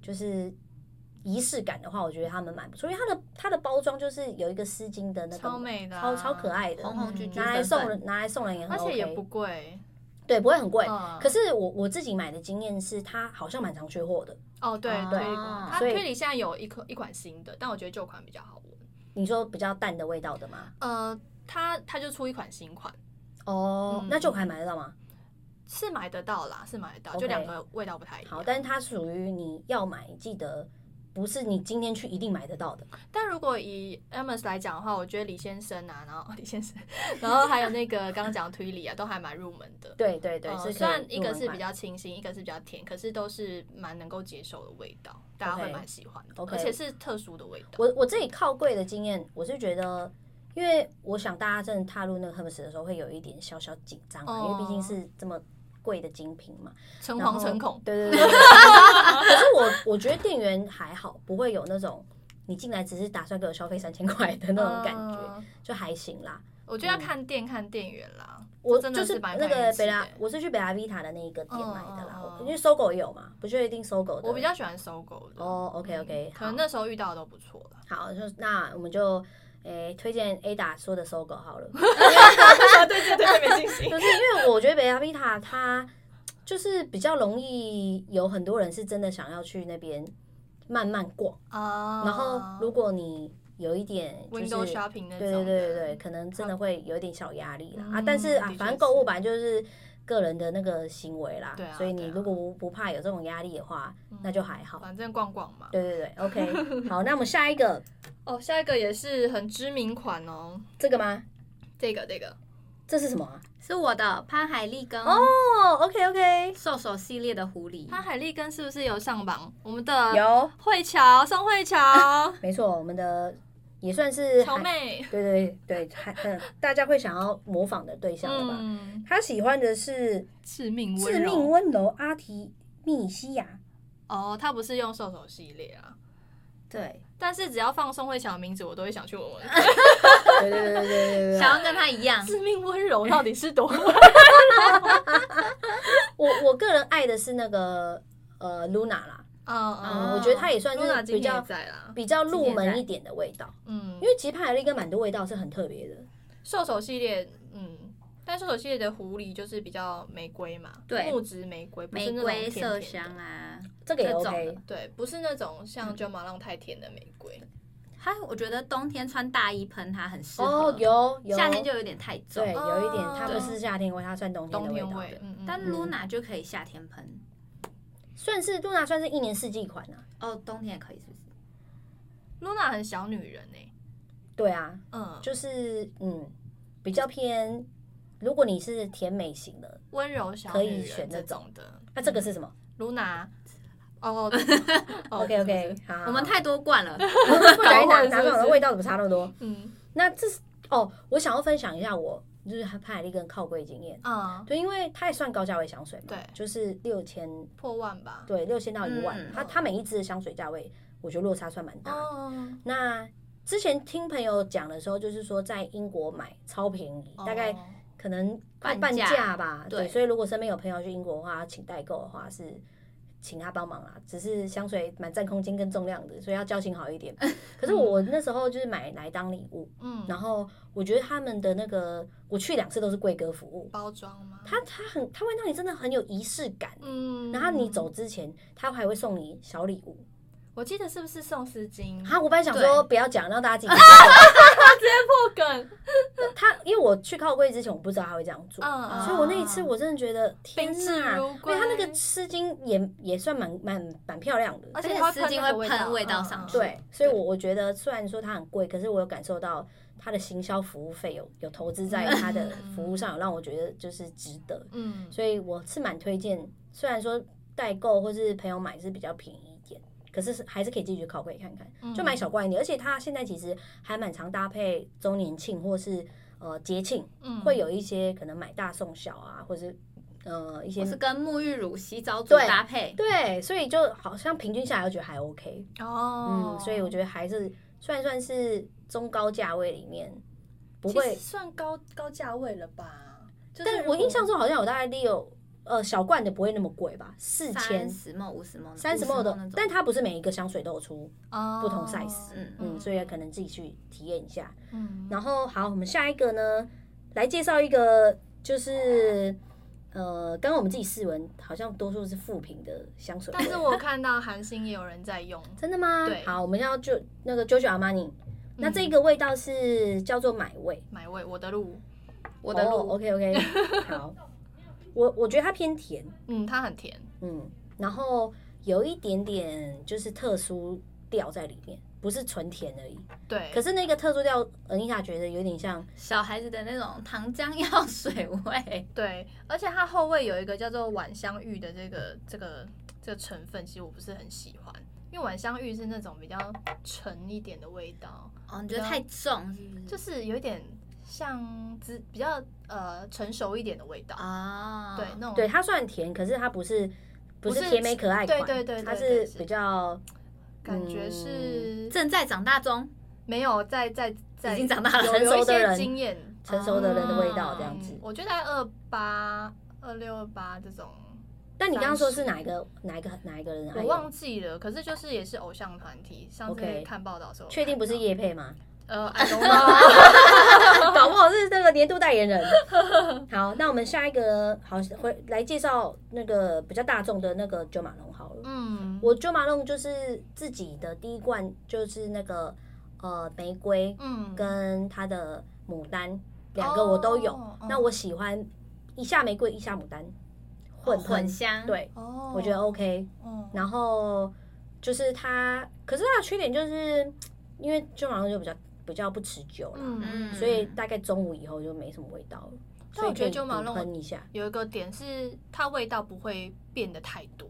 Speaker 1: 就是仪式感的话，我觉得他们蛮不错，因为它的它的包装就是有一个丝巾的那个
Speaker 3: 超美的啊、
Speaker 1: 超超可爱的，
Speaker 2: 红红橘橘
Speaker 1: 拿来
Speaker 2: 粉
Speaker 1: 送
Speaker 2: 粉，
Speaker 1: 人拿来送人也很
Speaker 3: 而
Speaker 1: OK，
Speaker 3: 且也不贵。
Speaker 1: 对，不会很贵。
Speaker 3: 嗯
Speaker 1: 可是我我自己买的经验是，它好像蛮常缺货的。
Speaker 3: 哦，对
Speaker 2: 啊
Speaker 3: 推理广告它
Speaker 1: 所以
Speaker 3: 推理现在有一款一款新的，但我觉得旧款比较好闻。
Speaker 1: 你说比较淡的味道的吗？
Speaker 3: 呃，它它就出一款新款，
Speaker 1: 哦、
Speaker 3: 嗯
Speaker 1: 那就还买得到吗？
Speaker 3: 是买得到啦，是买得到，
Speaker 1: OK
Speaker 3: 就两个味道不太一样。
Speaker 1: 好，但是它属于你要买，记得不是你今天去一定买得到的。
Speaker 3: 但如果以 Amos 来讲的话，我觉得李先生啊，然后 李先生，然后还有那个刚刚讲的推理啊，都还蛮入门的。
Speaker 1: 对对对，
Speaker 3: 呃
Speaker 1: 是可以
Speaker 3: 虽然一
Speaker 1: 入
Speaker 3: 个
Speaker 1: 门
Speaker 3: 是
Speaker 1: 买
Speaker 3: 比较清新，一个是比较甜，可是都是蛮能够接受的味道，大家会
Speaker 1: OK
Speaker 3: 蛮喜欢的
Speaker 1: OK
Speaker 3: 而且是特殊的味道。
Speaker 1: 我我自己靠柜的经验，我是觉得，因为我想大家真的踏入那个 Hermes 的时候，会有一点小小紧张嘛，
Speaker 3: 哦
Speaker 1: 因为毕竟是这么贵的精品嘛。
Speaker 3: 诚
Speaker 1: 然后
Speaker 3: 惶诚恐，
Speaker 1: 对对对。对可是我我觉得店员还好，不会有那种你进来只是打算给我消费三千块的那种感觉，
Speaker 3: 嗯
Speaker 1: 就还行啦。
Speaker 3: 我觉得要看店看店员啦。
Speaker 1: 我
Speaker 3: 这真的
Speaker 1: 就是
Speaker 3: 是蛮
Speaker 1: 那
Speaker 3: 看
Speaker 1: 个
Speaker 3: 运气
Speaker 1: 北拉
Speaker 3: 的，
Speaker 1: 我是去北拉 Vita 的那一个店买的啦，
Speaker 3: 嗯嗯
Speaker 1: 因
Speaker 3: 嗯
Speaker 1: 为搜狗也有嘛，不确定搜狗的。
Speaker 3: 我比较喜欢搜狗的。嗯
Speaker 1: 哦，OK，OK，
Speaker 3: 可能
Speaker 1: 好
Speaker 3: 那时候遇到的都不错 啦。
Speaker 1: 好，就那我们就诶、推荐 Ada 说的搜狗好了，
Speaker 3: 对对对，没信心。
Speaker 1: 就是因为我觉得北拉 Vita 它就是比较容易有很多人是真的想要去那边慢慢逛，
Speaker 3: 啊，
Speaker 1: 然后如果你有一点就
Speaker 3: window
Speaker 1: 是。
Speaker 3: shopping 那
Speaker 1: 对对对
Speaker 3: 种的，
Speaker 1: 对对，可能真的会有一点小压力啦、啊！
Speaker 3: 嗯
Speaker 1: 但是啊
Speaker 3: 的，确
Speaker 1: 反正购物
Speaker 3: 是
Speaker 1: 本来就是个人的那个行为啦，
Speaker 3: 对啊
Speaker 1: 所以你
Speaker 3: 对啊
Speaker 1: 如果不不怕有这种压力的话，
Speaker 3: 嗯
Speaker 1: 那就还好。
Speaker 3: 反正逛逛嘛。
Speaker 1: 对对对，OK，好，那 我们下一个
Speaker 3: 哦，下一个也是很知名款哦，
Speaker 1: 这个吗？
Speaker 3: 这个这个，
Speaker 1: 这是什么啊？
Speaker 2: 是我的潘海利跟
Speaker 1: 哦，OK OK，
Speaker 2: 兽首系列的狐狸，
Speaker 3: 潘海利根是不是有上榜？我们的
Speaker 1: 有，
Speaker 3: 慧乔宋慧乔
Speaker 1: 没错，我们的也算是
Speaker 3: 乔
Speaker 1: 还，
Speaker 3: 妹，
Speaker 1: 对对对，还嗯，大家会想要模仿的对象了吧？
Speaker 3: 嗯，
Speaker 1: 他喜欢的是
Speaker 3: 致命
Speaker 1: 致
Speaker 3: 温
Speaker 1: 命
Speaker 3: 柔。
Speaker 1: 温柔阿提密西亚，
Speaker 3: 哦，她不是用兽首系列啊，
Speaker 1: 对，
Speaker 3: 但是只要放宋慧乔的名字，我都会想去闻 闻。
Speaker 1: 对对对对对对对。
Speaker 2: 想要跟他一样，
Speaker 3: 致命温 柔到底是多？
Speaker 1: 我我个人爱的是那个呃 Luna 啦，嗯，
Speaker 3: 嗯
Speaker 2: 哦
Speaker 1: 我觉得他也算
Speaker 3: Luna
Speaker 1: 是
Speaker 3: 今
Speaker 1: 比
Speaker 3: 年
Speaker 1: 较
Speaker 3: 也在啦，
Speaker 1: 比较入
Speaker 2: 今年
Speaker 1: 门
Speaker 2: 在
Speaker 1: 一点的味道，
Speaker 3: 嗯
Speaker 1: 因，为其实派尔利根蛮多味道是很特别的，
Speaker 3: 兽首系列，嗯，但兽首系列的狐狸就是比较玫瑰嘛，
Speaker 2: 对
Speaker 3: 木质玫瑰，不是
Speaker 2: 玫
Speaker 3: 那种
Speaker 2: 瑰
Speaker 3: 甜甜
Speaker 2: 麝
Speaker 3: 的
Speaker 2: 香，啊，
Speaker 1: 这个也
Speaker 2: 这种
Speaker 1: OK
Speaker 2: 的。
Speaker 3: 对，不是那种
Speaker 1: 嗯
Speaker 3: 像九马浪太甜的玫瑰。
Speaker 2: 还有我觉得冬天穿大衣喷它很适合，
Speaker 1: 哦，有有，
Speaker 2: 夏天就有点太重
Speaker 1: 对，，有一点它不
Speaker 3: 对
Speaker 1: 是夏天味，它算哦冬天
Speaker 3: 冬
Speaker 1: 的味
Speaker 3: 天
Speaker 1: 道
Speaker 3: 味
Speaker 1: 的，，
Speaker 3: 嗯嗯，
Speaker 2: 但
Speaker 3: 嗯
Speaker 2: Luna 就可以夏天喷，
Speaker 1: 算是露娜算是一年四季款啊。
Speaker 2: 哦，冬天也可以是不是？
Speaker 3: Luna 很小女人哎、
Speaker 1: 对啊，
Speaker 3: 嗯，
Speaker 1: 就是嗯，比较偏。如果你是甜美型的，
Speaker 3: 温柔小
Speaker 1: 可
Speaker 3: 女
Speaker 1: 以
Speaker 3: 人
Speaker 1: 选
Speaker 3: 这
Speaker 1: 那
Speaker 3: 种的。
Speaker 1: 那这个是什么
Speaker 3: Luna，哦
Speaker 1: ？OK OK，好，好
Speaker 2: 我们太多罐了，
Speaker 1: 好不小心
Speaker 3: 搞
Speaker 1: 拿
Speaker 3: 混
Speaker 1: 拿
Speaker 3: 是不
Speaker 1: 到的
Speaker 3: 是
Speaker 1: 味道怎么差那么多？
Speaker 3: 嗯
Speaker 1: 那这是哦，我想要分享一下我就是派海利根靠柜经验，
Speaker 3: 嗯，
Speaker 1: 对，因为它也算高价位香水嘛，
Speaker 3: 对
Speaker 1: 就是六千，
Speaker 3: 破万吧。
Speaker 1: 对，六千到一万，
Speaker 2: 嗯
Speaker 1: 它它每一支的香水价位，我觉得落差算蛮大的。
Speaker 3: 哦，
Speaker 1: 那之前听朋友讲的时候，就是说在英国买超便宜，大概
Speaker 3: 哦
Speaker 1: 可能快半
Speaker 2: 半价
Speaker 1: 价吧。
Speaker 2: 对
Speaker 1: 对，所以如果身边有朋友去英国的话，请代购的话是请他帮忙啦。只是香水蛮占空间跟重量的，所以要交情好一 点。可是我那时候就是买来当礼物，
Speaker 3: 嗯，
Speaker 1: 然后我觉得他们的那个我去两次都是贵哥服务，
Speaker 3: 包装吗？
Speaker 1: 他他很他会让你真的很有仪式感。
Speaker 3: 嗯，
Speaker 1: 然后你走，之前，他还会送你小礼物。
Speaker 3: 我记得是不是送丝巾？
Speaker 1: 啊，我本来想
Speaker 2: 嗯对
Speaker 1: 说不要讲，让大家自己去
Speaker 3: 破梗，
Speaker 1: 他因为我去靠柜之前，我不知道他会这样
Speaker 2: 哦
Speaker 1: 做，
Speaker 3: 嗯，
Speaker 1: 所以我那一次我真的觉得天
Speaker 3: 宾至
Speaker 1: 哪！
Speaker 3: 如
Speaker 1: 因为他那
Speaker 3: 归哦
Speaker 1: 个丝巾也也算蛮蛮蛮漂亮的，
Speaker 3: 而且
Speaker 2: 而且
Speaker 3: 它
Speaker 2: 丝
Speaker 3: 喷
Speaker 2: 巾
Speaker 3: 那个
Speaker 2: 会喷味道上去
Speaker 1: 对，所以我我觉得虽然说它很贵，可是我有感受到它的行销服务费有有投资在它的服务上，有让我觉得就是值得，
Speaker 3: 嗯，
Speaker 1: 所以我是蛮推荐。虽然说代购或是朋友买是比较便宜一点，可是是还是可以自己去靠柜看看。
Speaker 3: 嗯
Speaker 1: 就买小罐一点，而且它现在其实还蛮常搭配周年庆或是呃节庆，
Speaker 3: 嗯
Speaker 1: 会有一些可能买大送小啊，或是呃一些
Speaker 2: 我是跟沐浴乳、洗澡乳
Speaker 1: 对
Speaker 2: 搭配，
Speaker 1: 对，所以就好像平均下来，我觉得还 OK，
Speaker 3: 哦
Speaker 1: 嗯，，所以我觉得还是算算是中高价位里面不
Speaker 3: 其
Speaker 1: 会
Speaker 3: 实，算高高价位了吧？就是
Speaker 1: 但
Speaker 3: 如
Speaker 1: 我
Speaker 3: 果
Speaker 1: 印象中好像有大概六呃小罐的不会那么贵吧，四千
Speaker 2: 三十 m 五十 m
Speaker 1: 三十 ml 的，但
Speaker 2: 但
Speaker 1: 它不是每一个香水都有出，
Speaker 3: 哦
Speaker 1: 不同 size
Speaker 2: 嗯
Speaker 1: 嗯，所以可能自己去体验一下。
Speaker 3: 嗯，
Speaker 1: 然后好，我们下一个呢，来介绍一个就是呃，刚刚我们自己试闻好像多数是负评的香水，
Speaker 3: 但是我看到韩星也有人在用，
Speaker 1: 真的吗？
Speaker 3: 对嗯
Speaker 1: 好，我们要就那个 JoJo Armani，那这个味道是叫做买味，
Speaker 3: 买位我的路，
Speaker 2: 我的路、
Speaker 1: OK OK，好，我我觉得它偏甜，
Speaker 3: 嗯，它很甜，
Speaker 1: 嗯，然后有一点点就是特殊调在里面，不是纯甜而已。
Speaker 3: 对，
Speaker 1: 可是那个特殊调，恩妮塔觉得有点像
Speaker 2: 小孩子的那种糖浆药水味，
Speaker 3: 对，而且它后味有一个叫做晚香玉的这个这个这个成分，其实我不是很喜欢，因为晚香玉是那种比较沉一点的味道，
Speaker 2: 哦，你觉得太重是不是？
Speaker 3: 就是有一点像只比较呃成熟一点的味道，
Speaker 2: 啊，
Speaker 3: 对，那种
Speaker 1: 对，它虽然甜，可是它不是不是
Speaker 3: 哦不是
Speaker 1: 甜美可爱款，
Speaker 3: 对对对对
Speaker 1: 它
Speaker 3: 对
Speaker 1: 是
Speaker 3: 是
Speaker 1: 比较
Speaker 3: 感觉是
Speaker 1: 嗯
Speaker 2: 正在长大中，
Speaker 3: 没有在在在
Speaker 2: 已经长大了
Speaker 3: 有
Speaker 1: 成
Speaker 3: 有
Speaker 1: 熟
Speaker 3: 一
Speaker 1: 的
Speaker 3: 些
Speaker 1: 人
Speaker 3: 经验
Speaker 1: 成熟的人的味道这样子
Speaker 3: 嗯。我觉得二八、二六、二八这种，
Speaker 1: 但你刚刚说是哪一个哪一个哪一个人爱的？
Speaker 3: 我忘记了。可是就是也是偶像团体，上次
Speaker 1: OK
Speaker 3: 看报道的时候有看到，
Speaker 1: 确定不是叶配吗？
Speaker 3: 呃，I don't know，
Speaker 1: 搞不好是那个年度代言人。好，那我们下一个好回来介绍那个比较大众的那个九马龙好了。
Speaker 3: 嗯，
Speaker 1: 我九马龙就是自己的第一罐就是那个呃玫瑰
Speaker 3: 嗯
Speaker 1: 跟它的牡丹两个我都有。
Speaker 3: 哦
Speaker 1: 那我喜欢一下玫瑰一下牡丹 混
Speaker 2: 混
Speaker 1: 喷，
Speaker 2: 香，
Speaker 1: 对
Speaker 3: 哦，
Speaker 1: 我觉得 OK。
Speaker 3: 嗯，
Speaker 1: 然后就是它，可是它的缺点就是因为九马龙就比较比较不持久啦。
Speaker 3: 嗯，
Speaker 1: 所以大概中午以后就没什么味道了。
Speaker 3: 但
Speaker 1: 所
Speaker 3: 我
Speaker 1: 以
Speaker 3: 觉得
Speaker 1: 就
Speaker 3: 九马龙
Speaker 1: 喷一下
Speaker 3: 有一个点是它味道不会变得太多，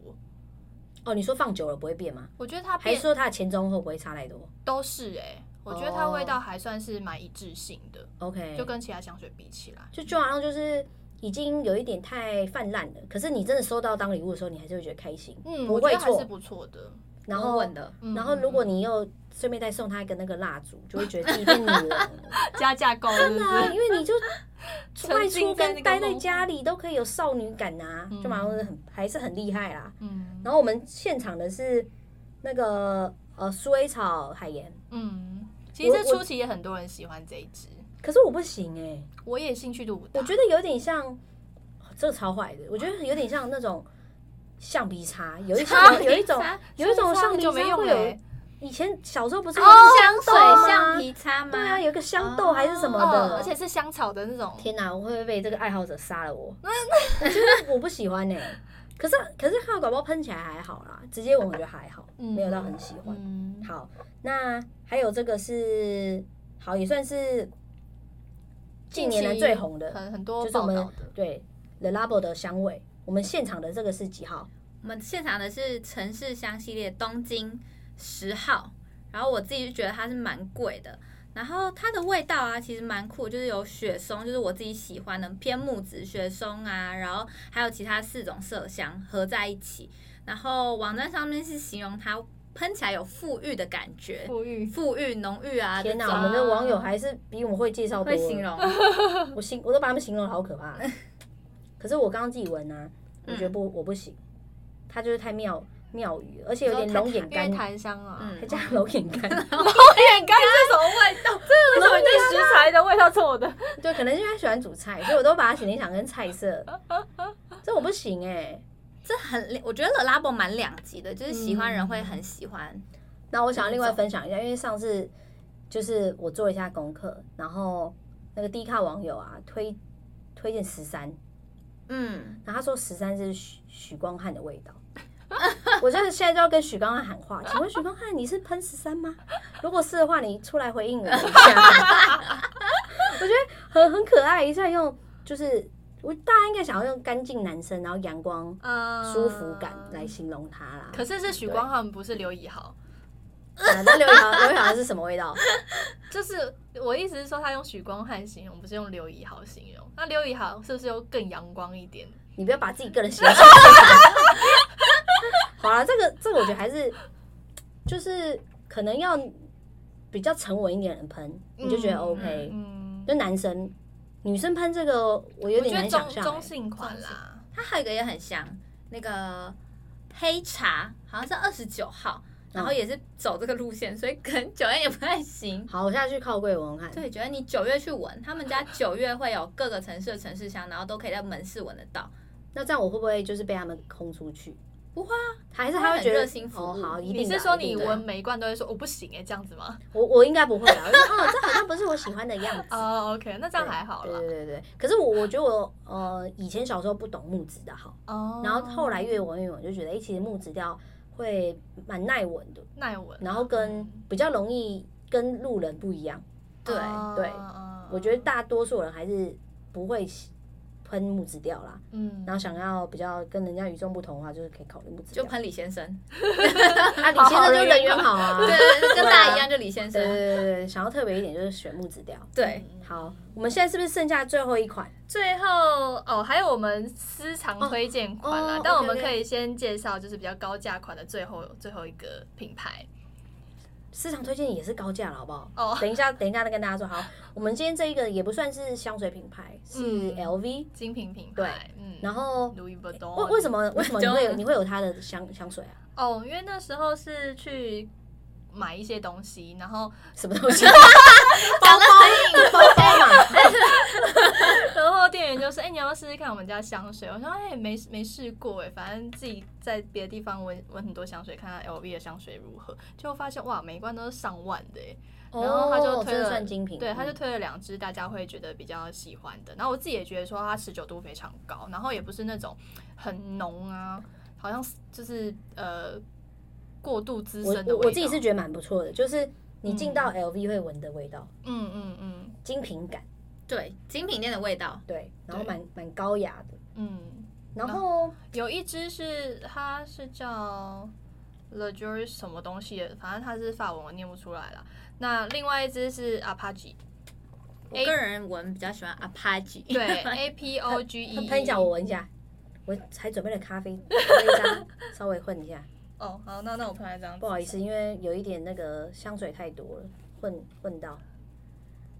Speaker 1: 哦，你说放久了不会变吗？
Speaker 3: 我觉得它
Speaker 1: 还是
Speaker 3: 变
Speaker 1: 说它的前中后不会差太多
Speaker 3: 都是哎、我觉得它
Speaker 1: 哦
Speaker 3: 味道还算是蛮一致性的，
Speaker 1: ？OK，
Speaker 3: 就跟其他香水比起来。
Speaker 1: 就就好像就是已经有一点太泛滥了。可是你真的收到当礼物的时候，你还是会觉得开心，
Speaker 3: 嗯，
Speaker 1: 不
Speaker 3: 我觉
Speaker 1: 会
Speaker 3: 得还是
Speaker 1: 错。
Speaker 3: 不错的。
Speaker 1: 然
Speaker 2: 稳
Speaker 1: 后，
Speaker 2: 稳的，
Speaker 3: 嗯
Speaker 1: 然后如果你又顺便再送他一个那个蜡烛，就会 觉得自己变女人了。
Speaker 3: 加价购是不
Speaker 1: 真的啊，
Speaker 3: 是？
Speaker 1: 因为你就外出
Speaker 3: 沉浸在那
Speaker 1: 跟
Speaker 3: 个
Speaker 1: 待在
Speaker 3: 梦
Speaker 1: 家里都可以有少女感啊，
Speaker 3: 嗯
Speaker 1: 就马龙很还是很厉害啦。
Speaker 3: 嗯
Speaker 1: 然后我们现场的是那个呃鼠尾草海盐，
Speaker 3: 嗯，其实这初期也很多人喜欢这一支，
Speaker 1: 可是我不行哎、
Speaker 3: 我也兴趣度不大。
Speaker 1: 我觉得有点像，哦这个超坏的，我觉得有点像那种橡皮擦，有一 种 哦有一种有一种橡
Speaker 3: 上
Speaker 1: 皮
Speaker 3: 就
Speaker 1: 擦
Speaker 3: 没用
Speaker 1: 会
Speaker 3: 欸哦
Speaker 1: 有，以前小时候不是有
Speaker 2: 香水
Speaker 1: 豆吗
Speaker 2: 橡皮擦吗？
Speaker 1: 对啊，有一个香豆还是什么
Speaker 3: 哦
Speaker 1: 的，
Speaker 3: 而且是香草的那种。
Speaker 1: 天哪，我会不会被这个爱好者杀了我？
Speaker 3: 哦
Speaker 1: 我觉得我不喜欢哎、可是可是它搞不好喷起来还好啦，直接闻我觉得还好，
Speaker 3: 嗯
Speaker 1: 没有到很喜欢。
Speaker 3: 嗯，
Speaker 1: 好，那还有这个是好，也算是近年来
Speaker 3: 期
Speaker 1: 最红的，
Speaker 3: 很很多
Speaker 1: 就是我
Speaker 3: 报道
Speaker 1: 们
Speaker 3: 的。
Speaker 1: 对 The Labo 的香味。我们现场的这个是几号？
Speaker 2: 我们现场的是城市香系列东京十号，然后我自己就觉得它是蛮贵的，然后它的味道啊其实蛮酷，就是有雪松，就是我自己喜欢的偏木质雪松啊，然后还有其他四种麝香合在一起，然后网站上面是形容它喷起来有馥郁的感觉，
Speaker 3: 富裕，
Speaker 2: 馥郁浓郁啊，
Speaker 1: 天
Speaker 2: 哪，
Speaker 1: 哪，我们的网友还是比我们会介绍多
Speaker 2: 会形
Speaker 1: 了。
Speaker 2: 容，
Speaker 1: 我形我都把他们形容得好可 怕。可是我刚刚自己闻啊，我
Speaker 3: 嗯
Speaker 1: 觉得不，我不行，它就是太妙妙语，而且有点龙眼
Speaker 3: 因为
Speaker 1: 干，
Speaker 3: 檀香啊，
Speaker 2: 嗯
Speaker 1: 还加龙眼干。
Speaker 3: 眼干是什么味道？这个为什么 对食材的味道是我的？
Speaker 1: 对，可能是因为他喜欢煮菜，所以我都把它联想跟菜色。 这我不行哎、
Speaker 2: 这很我觉得 l a b o 蛮两极的，就是喜欢人会很喜欢，
Speaker 1: 那我想要另外分享一下，因为上次就是我做了一下功课，然后那个 D 卡网友啊推推荐十三，
Speaker 2: 嗯，
Speaker 1: 然后他说十三是许许光汉的味 道。我真的现在就要跟许光汉喊话，请问许光汉你是喷十三吗？如果是的话，你出来回应我一下。我 觉得很很可爱，一下用就是我大家应该想要用干净男生，然后阳光
Speaker 3: 嗯，
Speaker 1: 舒服感来。形容他啦。
Speaker 3: 可是是许光汉，不是刘以豪。
Speaker 1: 啊那刘宇豪刘宇豪是什么味道？
Speaker 3: 就是我意思是说，他用许光汉形容，不是用刘以豪形容。那刘以豪是不是又更阳光一点？
Speaker 1: 你不要把自己个人形象。好了，这个这个我觉得还是就是可能要比较沉稳一点的人喷，你就觉得
Speaker 3: 嗯
Speaker 1: OK。
Speaker 3: 嗯，
Speaker 1: 就男生女生喷这个，我有点
Speaker 3: 我觉
Speaker 1: 难
Speaker 3: 得
Speaker 1: 想
Speaker 3: 中
Speaker 1: 象
Speaker 3: 中
Speaker 1: 欸。
Speaker 3: 性款啦，
Speaker 2: 它还有一个也很香，那个黑茶好像是二十九号，然后也是走这个路线，所以可能九月也不太行。
Speaker 1: 欸 好，我下去靠柜闻闻看。
Speaker 2: 对，觉得你九月去闻，他们家九月会有各个城市的城市香，然后都可以在门市闻得到。
Speaker 1: 那这样我会不会就是被他们轰出去？
Speaker 2: 不会啊，
Speaker 1: 还是
Speaker 2: 他
Speaker 1: 他
Speaker 2: 们
Speaker 1: 会觉
Speaker 2: 很
Speaker 1: 得
Speaker 2: 热心服务
Speaker 1: 哦，好，一定
Speaker 3: 你
Speaker 1: 的
Speaker 3: 是
Speaker 1: 啊
Speaker 3: 说
Speaker 1: 一定
Speaker 3: 你
Speaker 1: 的
Speaker 3: 闻每一罐都会说我不行哎、这样子吗？
Speaker 1: 我我应该不会啊，我就 说哦，这好像不是我喜欢的样子。
Speaker 3: 哦、o k 那这样还好
Speaker 1: 对
Speaker 3: 啦。
Speaker 1: 对对对，可是我我觉得我呃以前小时候不懂木质的好，
Speaker 3: 哦
Speaker 1: 然后后来越闻越闻就觉得，哎、其实木质调会蛮耐闻的，
Speaker 3: 耐闻，
Speaker 1: 然后
Speaker 3: 嗯
Speaker 1: 跟比较容易跟路人不一样。
Speaker 2: 对
Speaker 1: 对
Speaker 3: 嗯
Speaker 1: 我觉得大多数人还是不会喜喷木质调啦，
Speaker 3: 嗯
Speaker 1: 然后想要比较跟人家与众不同的话，就是可以考虑木质
Speaker 2: 就
Speaker 1: 调。
Speaker 2: 喷李先生，
Speaker 1: 啊，你现在就人缘好啊。
Speaker 2: 对，跟大家一样，就李先
Speaker 1: 对对
Speaker 2: 生。
Speaker 1: 对对对，想要特别一点就是选木质调。
Speaker 2: 对，
Speaker 3: 嗯
Speaker 1: 好，我们现在是不是剩下最后一款？
Speaker 3: 最后哦，还有我们私藏推荐款啦，
Speaker 1: 哦哦
Speaker 3: 但我
Speaker 1: OK，OK
Speaker 3: 们可以先介绍就是比较高价款的最后最后一个品牌
Speaker 1: 市场推荐也是高价了，好不好？
Speaker 3: 哦，
Speaker 1: 等一下，等一下再跟大家说。好，我们今天这一个也不算是香水品牌，是
Speaker 3: 嗯
Speaker 1: LV。
Speaker 3: 精品品
Speaker 1: 对
Speaker 3: 牌，嗯，
Speaker 1: 然后
Speaker 3: Louis Vuitton，
Speaker 1: 为为什 么为什么你会有
Speaker 2: 就
Speaker 1: 你会有它的香香水啊？
Speaker 3: 哦，因为那时候是去买一些东西，然后
Speaker 1: 什么东 西？包包包包嘛，
Speaker 3: 然后店员就说：“哎、你要不要试试看我们家香水？”我说：“哎、没没试过哎，反正自己在别的地方闻闻很多香水，看看 LV 的香水如何。”就发现哇，每一罐都是上万的哎。然后他就
Speaker 1: 哦
Speaker 3: 推
Speaker 1: 真的
Speaker 3: 了，
Speaker 1: 算精品，嗯
Speaker 3: 对，他就推了两支大家会觉得比较喜欢的。然后我自己也觉得说它持久度非常高，然后也不是那种很浓啊，好像是就是呃过度滋
Speaker 1: 我
Speaker 3: 生的
Speaker 1: 我
Speaker 3: 味道。
Speaker 1: 我自己是觉得蛮不错的，就是你进到 LV 会闻的味道，
Speaker 3: 嗯嗯嗯
Speaker 1: 精品感，
Speaker 2: 对，精品店的味道。
Speaker 1: 对，然后
Speaker 3: 对
Speaker 1: 蛮蛮高雅的。
Speaker 3: 嗯，
Speaker 1: 然后
Speaker 3: 有一支是它是叫 l e j o u r 什么东西的，反正它是法文，我念不出来了。那另外一支是 Apogee，
Speaker 2: 我个人闻比较喜欢 Apogee，
Speaker 3: 对，A P O G E。
Speaker 1: 喷一下，我闻一下，我才准备了咖啡，喝一张，稍微混一下。
Speaker 3: 哦，好，那那我喷来这样子，
Speaker 1: 不好意思，因为有一点那个香水太多了，混混到。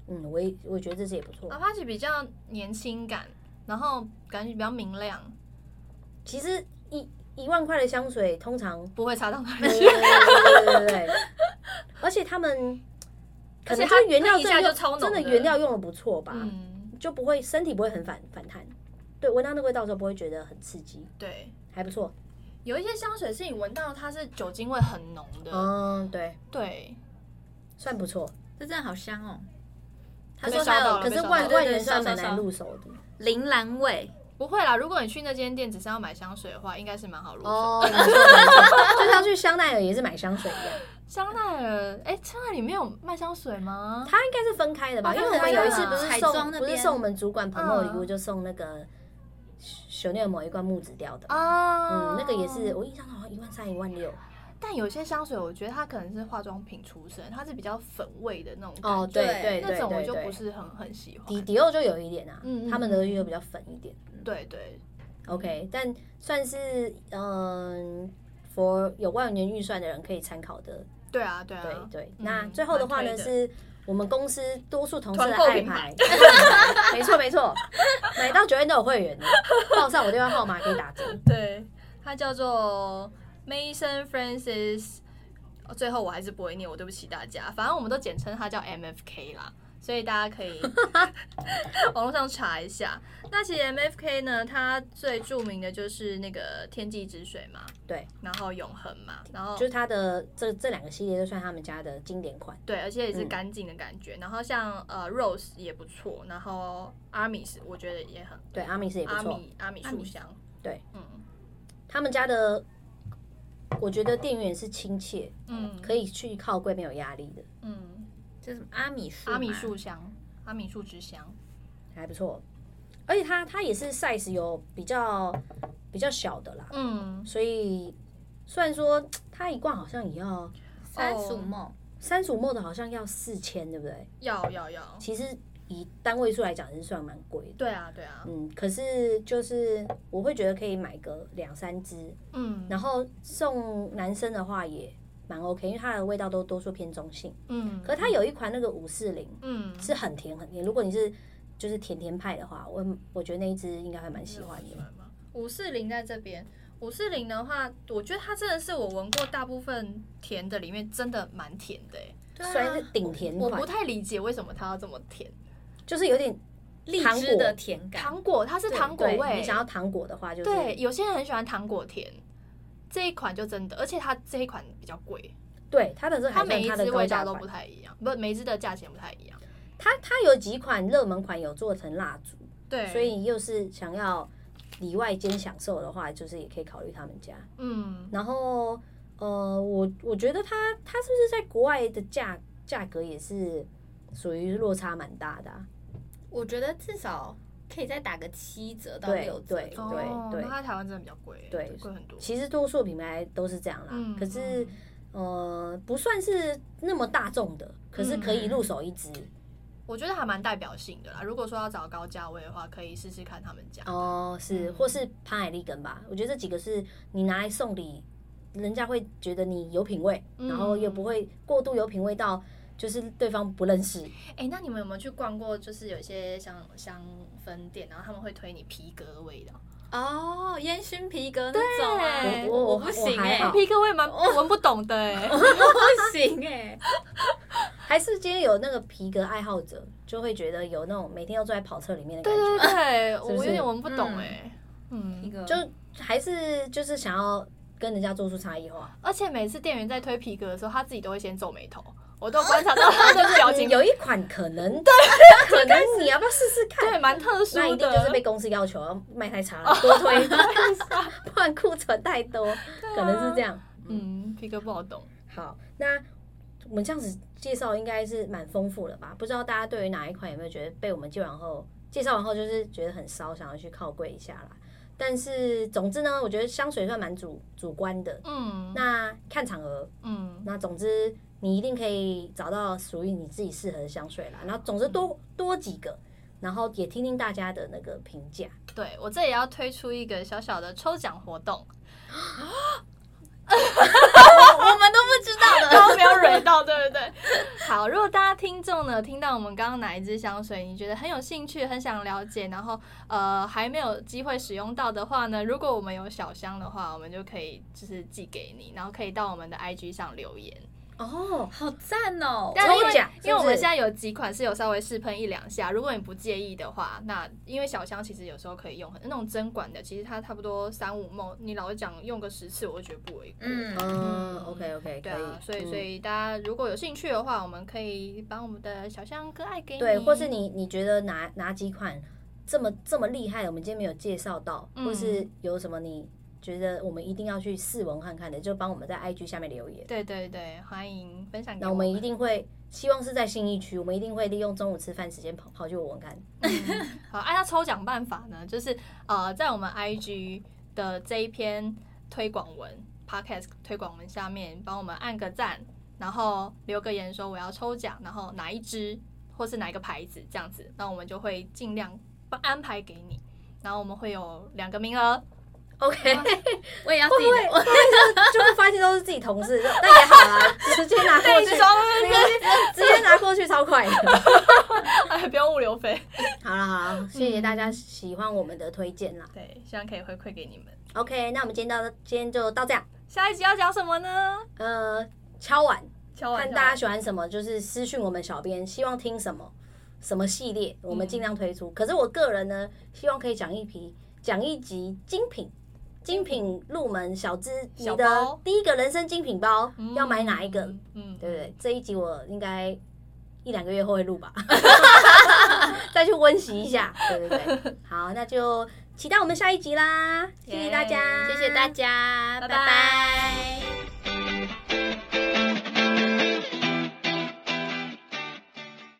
Speaker 1: 嗯，我也我觉得这支也不错。
Speaker 3: ，Apogee 比较年轻感，然后感觉比较明亮，
Speaker 1: 其实一一万块的香水通常，
Speaker 3: 不会擦到哪
Speaker 1: 对 对
Speaker 3: 里去。
Speaker 1: 对对对对，而且他们可
Speaker 3: 而且
Speaker 1: 能
Speaker 3: 它
Speaker 1: 就原料
Speaker 3: 它一下
Speaker 1: 真的
Speaker 3: 就超浓
Speaker 1: 真的
Speaker 3: 的
Speaker 1: 原料用的不错吧，
Speaker 3: 嗯，
Speaker 1: 就不会身体不会很反反弹，对，闻到那个味道的时候不会觉得很刺激，
Speaker 3: 对，
Speaker 1: 还不错。
Speaker 3: 有一些香水是你闻到它是酒精味很浓的，
Speaker 1: 嗯，对，
Speaker 3: 对，
Speaker 1: 算不错。
Speaker 2: 这真的好香哦。他
Speaker 3: 被
Speaker 2: 说
Speaker 3: 烧
Speaker 2: 还
Speaker 3: 到
Speaker 2: 有
Speaker 3: 了
Speaker 1: 可
Speaker 3: 被
Speaker 1: 是
Speaker 3: 烧
Speaker 1: 万
Speaker 3: 到
Speaker 2: 了
Speaker 1: 万
Speaker 2: 对对
Speaker 1: 元算
Speaker 2: 烧
Speaker 1: 蛮
Speaker 2: 烧
Speaker 1: 难
Speaker 2: 烧
Speaker 1: 入手的。
Speaker 2: 铃兰味，
Speaker 3: 不会啦。如果你去那间店只是要买香水的话，应该是蛮好入手的。
Speaker 1: 哦，没错没错，就像去香奈儿也是买香水一样。
Speaker 3: 香奈儿，哎、香奈儿里面有卖香水吗？
Speaker 1: 它应该是分开的吧？
Speaker 3: 哦
Speaker 1: 因为我们有一次不是
Speaker 2: 彩妆
Speaker 1: 送，
Speaker 2: 那
Speaker 1: 不
Speaker 2: 边
Speaker 1: 是送我们主管朋友礼物，
Speaker 3: 嗯
Speaker 1: 就送那个 Chanel 某一罐木质调的，嗯，
Speaker 3: 啊
Speaker 1: 那个也是，我印象中好像一万三、一万六。
Speaker 3: 但有些香水，我觉得它可能是化妆品出身，它是比较粉味的那种感觉
Speaker 1: 哦，对对对
Speaker 3: 那种我
Speaker 1: 对
Speaker 3: 就不
Speaker 1: 对，
Speaker 3: 是很很喜
Speaker 1: 迪
Speaker 3: 欢。
Speaker 1: 迪奥就有一点啊
Speaker 3: 嗯嗯，
Speaker 1: 他们的东西就比较粉一点。
Speaker 3: 对对，
Speaker 1: OK，但算是嗯，for 有万元预算的人可以参考的。
Speaker 3: 对啊对
Speaker 1: 对
Speaker 3: 啊，
Speaker 1: 对，
Speaker 3: 嗯
Speaker 1: 那最后的话呢
Speaker 3: 蛮推的
Speaker 1: 是。我们公司多数同事的
Speaker 3: 团购
Speaker 1: 爱
Speaker 3: 品
Speaker 1: 牌， 没错没错，买到九月都有会员的，报上我电话号码可以打折。
Speaker 3: 对，它叫做 Mason Francis。哦最后我还是不会念，我对不起大家。反正我们都简称它叫 MFK 啦，所以大家可 以网络上查一下。那其实 MFK 呢，它最著名的就是那个天际之水嘛，
Speaker 1: 对，
Speaker 3: 然后永恒嘛，然后
Speaker 1: 就是它的这这两个系列就算他们家的经典款。
Speaker 3: 对，而且也是
Speaker 1: 嗯
Speaker 3: 干净的感觉。然后像呃 Rose 也不错，然后 Armis 我觉得也很
Speaker 1: 对，阿米斯也不
Speaker 3: 阿
Speaker 1: 错。
Speaker 3: 米阿米
Speaker 2: 阿
Speaker 3: 树
Speaker 2: 米
Speaker 3: 香，
Speaker 1: 对，
Speaker 3: 嗯
Speaker 1: 他们家的，我觉得店员是亲切，
Speaker 3: 嗯
Speaker 1: 可以去靠柜没有压力的，
Speaker 3: 嗯，
Speaker 2: 就是阿米树嘛，
Speaker 3: 阿米树哦香，阿米树之香，
Speaker 1: 还不错。而且它它也是 size 有比较比较小的啦，
Speaker 3: 嗯，
Speaker 1: 所以虽然说它一罐好像也要
Speaker 2: 三鼠梦，
Speaker 1: 三十五的好像要四千，对不对？
Speaker 3: 要要要，
Speaker 1: 其实以单位数来讲是算蛮贵的。
Speaker 3: 对啊对啊，
Speaker 1: 嗯，可是就是我会觉得可以买个两三支，
Speaker 3: 嗯
Speaker 1: 然后送男生的话也蛮 OK，因为它的味道都多数偏中性。
Speaker 3: 嗯，
Speaker 1: 可是它有一款那个五四零
Speaker 3: 嗯
Speaker 1: 是很甜很甜，如果你是就是甜甜派的话，我我觉得那一支应该还蛮喜欢的。
Speaker 3: 吗？五四零在这边。五四零的话，我觉得它真的是我闻过大部分甜的里面真的蛮甜的、欸，
Speaker 2: 对
Speaker 1: 虽然是
Speaker 2: 啊，
Speaker 1: 顶甜
Speaker 3: 我不
Speaker 1: 款，
Speaker 3: 太理解为什么它要这么甜。
Speaker 1: 就是有点
Speaker 2: 荔
Speaker 1: 糖
Speaker 2: 枝
Speaker 1: 果
Speaker 2: 的甜感，
Speaker 3: 糖果它是
Speaker 2: 对
Speaker 3: 糖果
Speaker 1: 对，
Speaker 3: 味，
Speaker 1: 你想要糖果的话，就是
Speaker 3: 对有些人很喜欢糖果甜，这一款就真的，而且它这一款比较贵，
Speaker 1: 对它的这个
Speaker 3: 它
Speaker 1: 还算
Speaker 3: 每一
Speaker 1: 它
Speaker 3: 支
Speaker 1: 的高
Speaker 3: 味道
Speaker 1: 价
Speaker 3: 都
Speaker 1: 款
Speaker 3: 不。太一样，不每一支的价钱不太一样。
Speaker 1: 它它有几款热门款有做成蜡烛，
Speaker 3: 对，
Speaker 1: 所以又是想要里外兼享受的话，就是也可以考虑他们家。
Speaker 3: 嗯，
Speaker 1: 然后呃，我我觉得它它是不是在国外的价价格也是属于落差蛮大的、啊？
Speaker 2: 我觉得至少可以再打个七折到
Speaker 1: 对
Speaker 2: 六折
Speaker 1: 对
Speaker 2: 左右。
Speaker 3: 哦
Speaker 1: 对
Speaker 3: 那它台湾真的比较贵，
Speaker 1: 对
Speaker 3: 贵很多。
Speaker 1: 其实多数品牌都是这样啦，
Speaker 3: 嗯，
Speaker 1: 可是
Speaker 3: 嗯
Speaker 1: 呃不算是那么大众的，可是可
Speaker 3: 嗯
Speaker 1: 以入手一支
Speaker 3: 我觉得还蛮代表性的啦。如果说要找高价位的话，可以试试看他们家。
Speaker 1: 哦，是
Speaker 3: 嗯
Speaker 1: 或是潘海利根吧，我觉得这几个是你拿来送礼，人家会觉得你有品味，
Speaker 3: 嗯
Speaker 1: 然后又不会过度有品味到就是对方不认识。
Speaker 3: 哎、那你们有没有去逛过？就是有一些香香氛店，然后他们会推你皮革味的。
Speaker 2: 哦，烟熏皮革那种啊，
Speaker 1: 对我我
Speaker 2: 不行
Speaker 1: 我还
Speaker 2: 哎、
Speaker 1: 好
Speaker 2: 欸，
Speaker 3: 皮革味蛮我闻不懂 的哎、
Speaker 2: 不行
Speaker 1: 欸
Speaker 2: 哎、
Speaker 1: 还是今天有那个皮革爱好者，就会觉得有那种每天要坐在跑车里面的感
Speaker 3: 对
Speaker 1: 觉，
Speaker 3: 对对，
Speaker 1: 是不
Speaker 3: 我
Speaker 1: 是
Speaker 3: 有点闻不懂
Speaker 2: 嗯
Speaker 3: 哎、嗯，
Speaker 2: 皮革
Speaker 1: 就还是就是想要跟人家做出差异化。
Speaker 3: 而且每次店员在推皮革的时候，他自己都会先皱眉头，我都有观察到他的 表情，
Speaker 1: 有一款可能， 对，可能你要不要试试看？
Speaker 3: 对，蛮特殊
Speaker 1: 那一定
Speaker 3: 的，
Speaker 1: 就是被公司要求要卖太 差了，多推，不然库存太多，
Speaker 3: 啊
Speaker 1: 可能是这样。
Speaker 3: 嗯，皮革不好懂。
Speaker 1: 好，那我们这样子介绍应该是蛮丰富了吧？不知道大家对于哪一款有没有觉得被我们介绍完后介绍完后就是觉得很骚，想要去靠柜一下啦。但是总之呢，我觉得香水算蛮主主观的，
Speaker 3: 嗯
Speaker 1: 那看场合。
Speaker 3: 嗯，
Speaker 1: 那总之你一定可以找到属于你自己适合的香水啦。然后总之多多几个，然后也听听大家的那个评价。
Speaker 3: 对我这也要推出一个小小的抽奖活动，
Speaker 2: 哦我们都不知道的。
Speaker 3: 刚刚没有蕊到，对不对？好，如果大家听众呢听到我们刚刚哪一支香水，你觉得很有兴趣，很想了解，然后呃还没有机会使用到的话呢，如果我们有小箱的话，我们就可以就是寄给你，然后可以到我们的 IG 上留言。
Speaker 1: 哦，
Speaker 2: 好赞哦！
Speaker 3: 但因
Speaker 1: 抽
Speaker 3: 为
Speaker 1: 奖
Speaker 3: 因为我
Speaker 1: 是不
Speaker 3: 们
Speaker 1: 是
Speaker 3: 现在有几款是有稍微试喷一两下，如果你不介意的话，那因为小香其实有时候可以用很那种针管的，其实它差不多三五梦，你老实讲用个十次，我觉得不为过。
Speaker 2: 嗯，
Speaker 1: 嗯，OK OK，可
Speaker 3: 对
Speaker 1: 以。
Speaker 3: 啊，所以
Speaker 1: 嗯
Speaker 3: 所以大家如果有兴趣的话，我们可以把我们的小香割爱给
Speaker 2: 哎
Speaker 3: 你，
Speaker 1: 对，或是你你觉得哪哪几款这么这么厉害，我们今天没有介绍到，
Speaker 3: 嗯
Speaker 1: 或是有什么你觉得我们一定要去试闻看看的，就帮我们在 IG 下面留言。
Speaker 3: 对对对，欢迎分享给
Speaker 1: 那我们
Speaker 2: 啊
Speaker 1: 一定会，希望是在信义区，我们一定会利用中午吃饭时间跑跑去闻闻看。
Speaker 3: 嗯好，按照抽奖办法呢，就是呃，在我们 IG 的这一篇推广文 Podcast 推广文下面，帮我们按个赞，然后留个言说我要抽奖，然后哪一支或是哪一个牌子这样子，那我们就会尽量帮安排给你。然后我们会有两个名额，
Speaker 1: OK，会
Speaker 2: 我也要自
Speaker 1: 不
Speaker 2: 己
Speaker 1: 会
Speaker 2: 的
Speaker 1: 会不会 就就会发现都是自己同事？那也好啦，直接拿过去，
Speaker 3: 双
Speaker 1: 直接直接拿过去超快的。
Speaker 3: 哎， 不用物流费。
Speaker 1: 好了好了，谢谢大
Speaker 2: 嗯
Speaker 1: 家喜欢我们的推荐啦。
Speaker 3: 对，希望可以回馈给你们。
Speaker 1: OK，那我们今天到今天就到这样，
Speaker 3: 下一集要讲什么呢？
Speaker 1: 呃，敲碗。
Speaker 3: 敲完
Speaker 1: 看大家喜欢什么，就是私讯我们小编，希望听什么什么系列，我们尽量推出。可是我个人呢，希望可以讲一批，讲一集精品。精品入门小嗯资，你
Speaker 3: 小
Speaker 1: 的
Speaker 3: 包
Speaker 1: 第一个人生精品包、要买哪一个？？
Speaker 3: 嗯，
Speaker 1: 对不对？这一集我应该一两个月后会 录吧，再去温习一下，对对对。好，那就期待我们下一集啦，谢谢大家，
Speaker 2: 谢谢大家，
Speaker 3: 拜
Speaker 2: 拜
Speaker 3: 拜
Speaker 2: 拜。